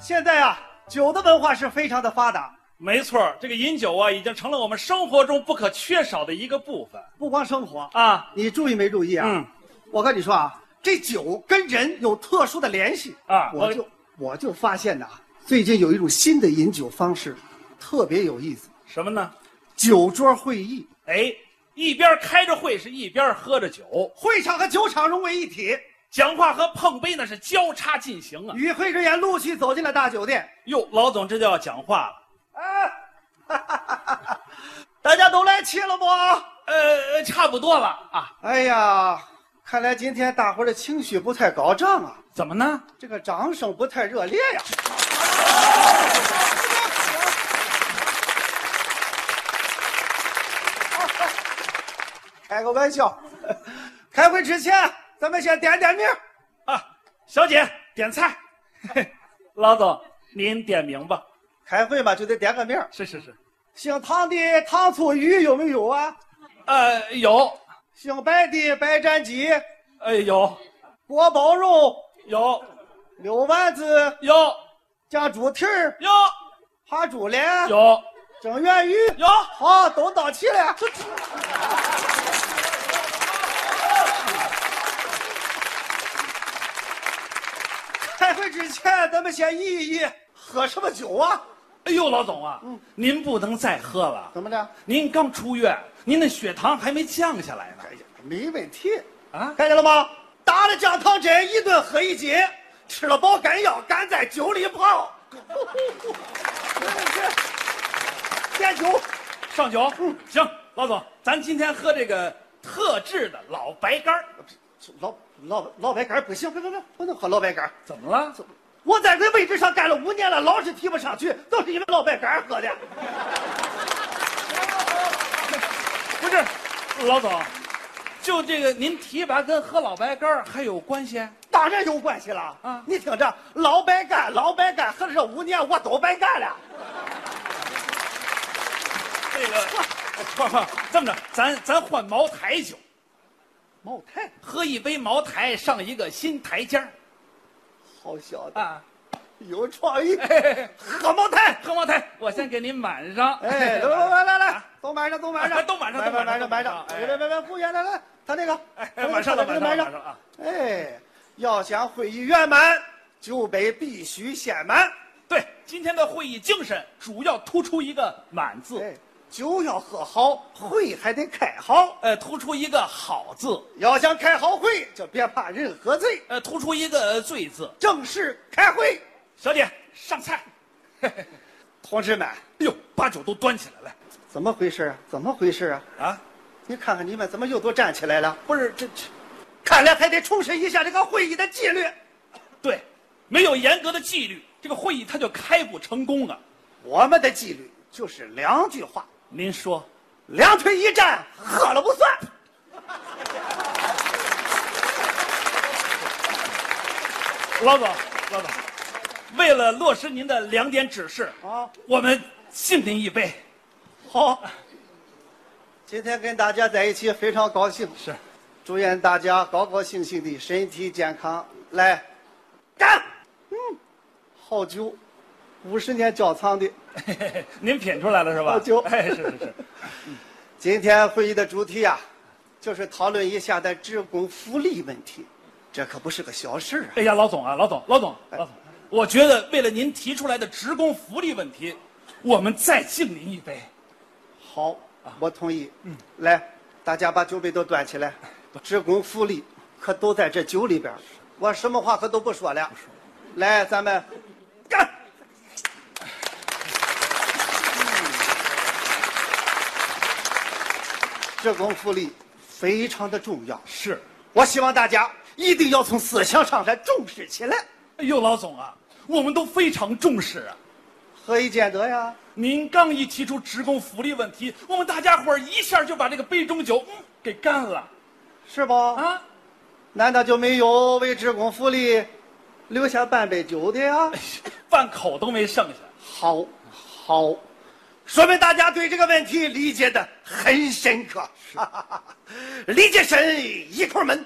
现在啊，酒的文化是非常的发达，没错儿，这个饮酒啊，已经成了我们生活中不可缺少的一个部分不光生活，啊。你注意没注意啊？嗯，我跟你说啊，这酒跟人有特殊的联系啊我就我就发现呐、最近有一种新的饮酒方式，特别有意思，什么呢？酒桌会议，哎，一边开着会是一边喝着酒，会场和酒场融为一体。讲话和碰杯那是交叉进行啊。与会人员陆续走进了大酒店。哟，老总这就要讲话了。哎，大家都来齐了不？呃，差不多了啊。哎呀，看来今天大伙儿的情绪不太高涨啊，怎么呢？这个掌声不太热烈呀、 开个玩笑，开会之前咱们先点点名。啊，小姐点菜。 嘿老总，您点名吧。开会嘛，就得点个名。是是是。姓唐的糖醋鱼有没有啊？呃，有，姓白的白斩鸡、呃，有，锅包肉、有，溜丸子、有，酱猪蹄儿、有，扒猪脸、有，蒸圆鱼。有。好，都到齐了。开会之前，咱们先议一议，喝什么酒啊？哎呦，老总啊，您不能再喝了。怎么的？您刚出院，您的血糖还没降下来呢哎。呀，没问题。啊，看见了吗？打了降糖针，一顿喝一斤，吃了保肝药，敢在酒里泡。点酒，上酒。行，老总，咱今天喝这个特制的老白干儿老老老白干儿不行，别别别，不能喝老白干儿。怎么了？我在这位置上干了五年了，老是提不上去，都是因为老白干儿喝的。不是，老总，就这个您提拔跟喝老白干儿还有关系？当然有关系了啊你听着，老白干，老白干，喝了这五年我都白干了。这个， 这么着，咱咱换茅台酒，茅台，喝一杯茅台上一个新台阶儿好小子，啊！有创意，嘿嘿嘿喝茅台。喝茅台，我先给您满上。哎，来来来来来，都满上，都满啊上，都满上满都满上，上满上。都满上别别别别，服务员来来，他那个， 哎，满上了，他满那个满上了，满上了。啊！哎，要想会议圆满，酒杯必须先满。对，今天的会议精神主要突出一个“满”字，哎，酒要喝好，会还得开好。呃，突出一个“好”字，要想开好会，就别怕人喝醉，呃，突出一个“醉”字。正式开会。小姐，上菜。嘿嘿嘿同志们，哎呦，把酒都端起来了怎么回事啊？怎么回事啊？啊！你看看你们怎么又都站起来了？不是这这，看来还得重申一下这个会议的纪律。对，没有严格的纪律，这个会议它就开不成功啊。我们的纪律就是两句话：您说，两腿一站，喝了不算。老总，老总，为了落实您的两点指示，啊，我们敬您一杯。好。今天跟大家在一起非常高兴，是，祝愿大家高高兴兴的，身体健康。来，干！嗯，好酒，五十年窖藏的。哎您品出来了是吧？好酒哎，是是是。今天会议的主题啊，就是讨论一下的职工福利问题，这可不是个小事儿啊。哎呀，老总啊，老总，老总，老总，我觉得为了您提出来的职工福利问题，我们再敬您一杯。好，啊我同意。嗯，来，大家把酒杯都端起来，职工福利可都在这酒里边儿，我什么话可都不说了。来，咱们干！职工福利非常的重要，是。我希望大家一定要从思想上来重视起来。哎呦，老总啊，我们都非常重视啊。何以见得呀？您刚一提出职工福利问题，我们大家伙儿一下就把这个杯中酒、嗯、给干了是不？啊！难道就没有为职工福利留下半杯酒的呀？饭口都没剩下。好，好，说明大家对这个问题理解的很深刻，理解深一块门。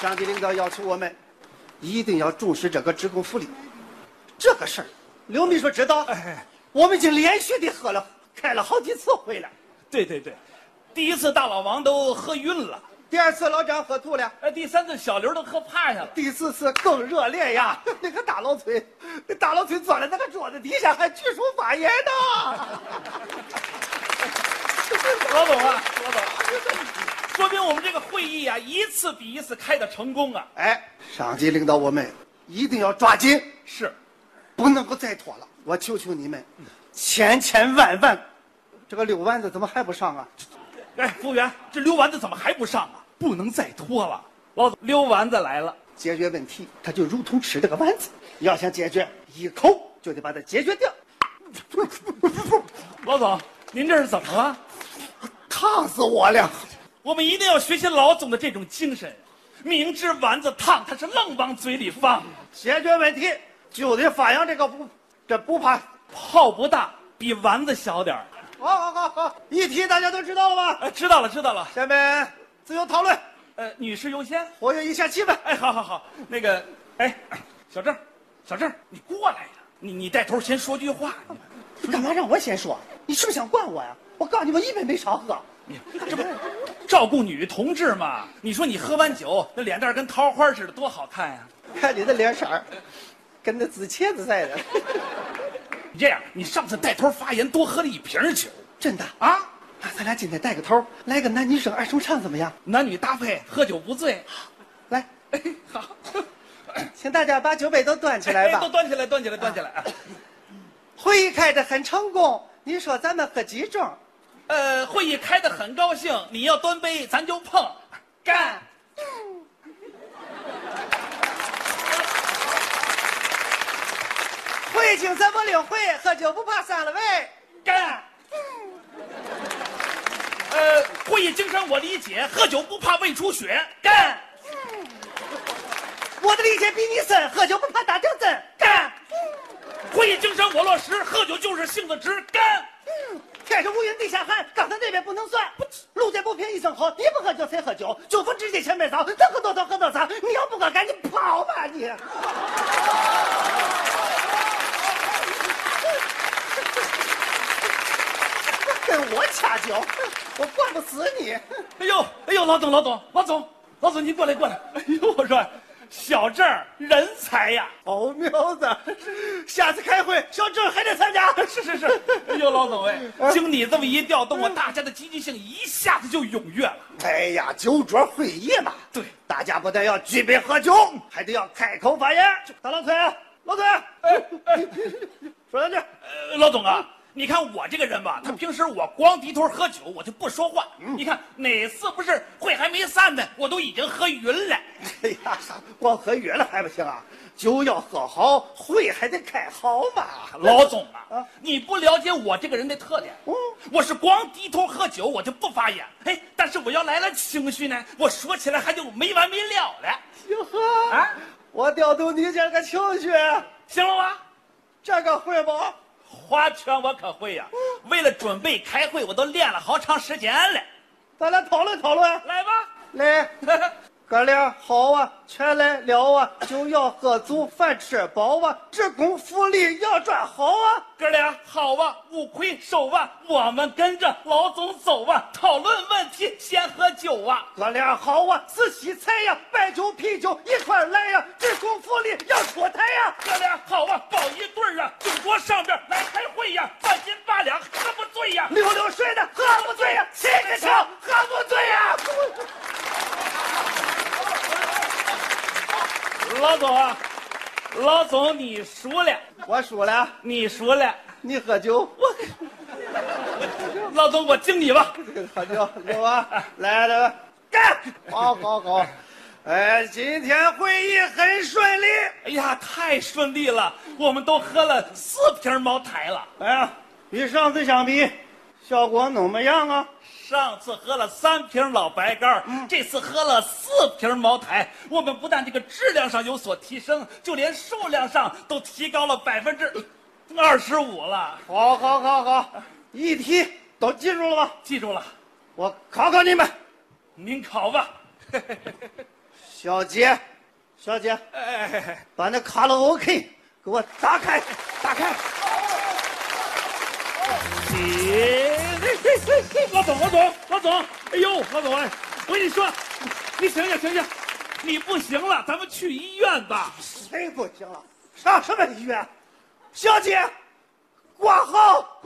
上级领导要求我们一定要重视这个职工福利。这个事儿，刘秘书知道，哎我们已经连续的喝了，开了好几次会了。对对对，第一次大老王都喝晕了，第二次老张喝吐了，哎，第三次小刘都喝趴下了。第四次更热烈呀！ 那个大老崔，那大老崔坐在那个桌子底下还举手发言 呢。我懂了，我懂了，啊说明我们这个会议啊，一次比一次开的成功啊。哎，上级领导我们一定要抓紧，是，不能够再拖了。我求求你们，千千万万，这个六丸子怎么还不上啊？哎，服务员，这溜丸子怎么还不上啊？不能再拖了，老总，溜丸子来了。解决问题，它就如同吃这个丸子，要想解决，一口就得把它解决掉。老总，您这是怎么了？ 烫死我了！我们一定要学习老总的这种精神，明知丸子烫，他是愣往嘴里放，解决问题就得发扬这个不，这不怕。泡不大，比丸子小点儿。好好好好，议题大家都知道了吧？哎，知道了，知道了。下面自由讨论，呃，女士优先。活跃一下气氛。哎，好好好，那个，哎，小郑，小郑，你过来呀，你你带头先说句话。你干嘛让我先说？你是不是想惯我呀？我告诉你，我一杯没少喝。你你这不照顾女同志嘛？你说你喝完酒那脸蛋儿跟桃花似的，多好看呀！看你的脸色儿，跟那紫茄子似的。你这样，你上次带头发言多喝了一瓶酒真的，啊？那咱俩今天带个头，来个男女生二重唱怎么样？男女搭配，喝酒不醉。 来，哎，好，请大家把酒杯都端起来哎都吧。端起来，端起来，端起来。啊会议开得很成功，你说咱们喝几盅？呃，会议开得很高兴，你要端杯，咱就碰，干！会请咱们领会，喝酒不怕散了胃。干。呃，会议精神我理解，喝酒不怕胃出血，干我的理解比你深，喝酒不怕打吊针。干。会议精神我落实，喝酒就是性子直，干。天上无云地下寒，刚才那边不能算。路见不平一声吼，你不喝酒谁喝酒？酒逢知己千杯少，咱喝多少喝多少。你要不喝，赶紧跑吧你！跟我掐酒，我灌不死你。哎呦，哎呦，老总，老总，老总，老总，您过来，过来。哎呦，我说，小郑儿人才呀！好苗子，下次开会小郑还得参加。是是是，哎呦，老总哎，经你这么一调动，我大家的积极性一下子就踊跃了。哎呀，酒桌会议嘛，对大家不但要举杯喝酒，还得要开口发言。大老腿，老腿，说两句。呃，老总啊，你看我这个人吧，他平时我光低头喝酒，我就不说话。你看哪次不是会还没散呢，我都已经喝晕了。哎呀，光喝晕了还不行啊，酒要喝好，会还得开好嘛。老总啊啊，你不了解我这个人的特点。嗯我是光低头喝酒，我就不发言。哎，但是我要来了情绪呢，我说起来还就没完没了了，哟呵，啊我调动你这个情绪，行了吗？这个会不？花拳我可会呀、为了准备开会，我都练了好长时间了。咱俩讨论讨论。来吧， 来，哥俩好啊，全来了啊，酒要喝足，饭吃饱啊，职工福利要赚好啊。哥俩好啊，勿亏守啊，我们跟着老总走啊，讨论问题先喝酒啊。哥俩好啊，四喜菜呀、白酒、啤酒一块儿来呀、职工福利要出台呀、哥俩好啊，抱一对儿啊，酒桌上边来开会呀、半斤八两喝不醉呀、溜溜水的喝不醉呀、谁亲个情喝不醉呀、老总啊，老总你熟了，我输了，你熟了，你喝酒，老总我敬你吧。喝酒，走啊， 来来来，干，好好好，哎，今天会议很顺利，哎呀，太顺利了，我们都喝了四瓶茅台了，哎呀，与上次相比，效果怎么样啊？上次喝了三瓶老白干儿，这次喝了四瓶茅台，我们不但这个质量上有所提升，就连数量上都提高了百分之二十五了。好，好，好，好，议题都记住了吗？记住了，我考考你们，您考吧。小杰、小姐，哎哎哎，把那卡拉 OK 给我打开，打开。老总，老总，老总，哎呦，老总，哎，我跟你说，你醒醒，醒醒，你不行了，咱们去医院吧。谁不行了？上什么医院？小姐，挂号。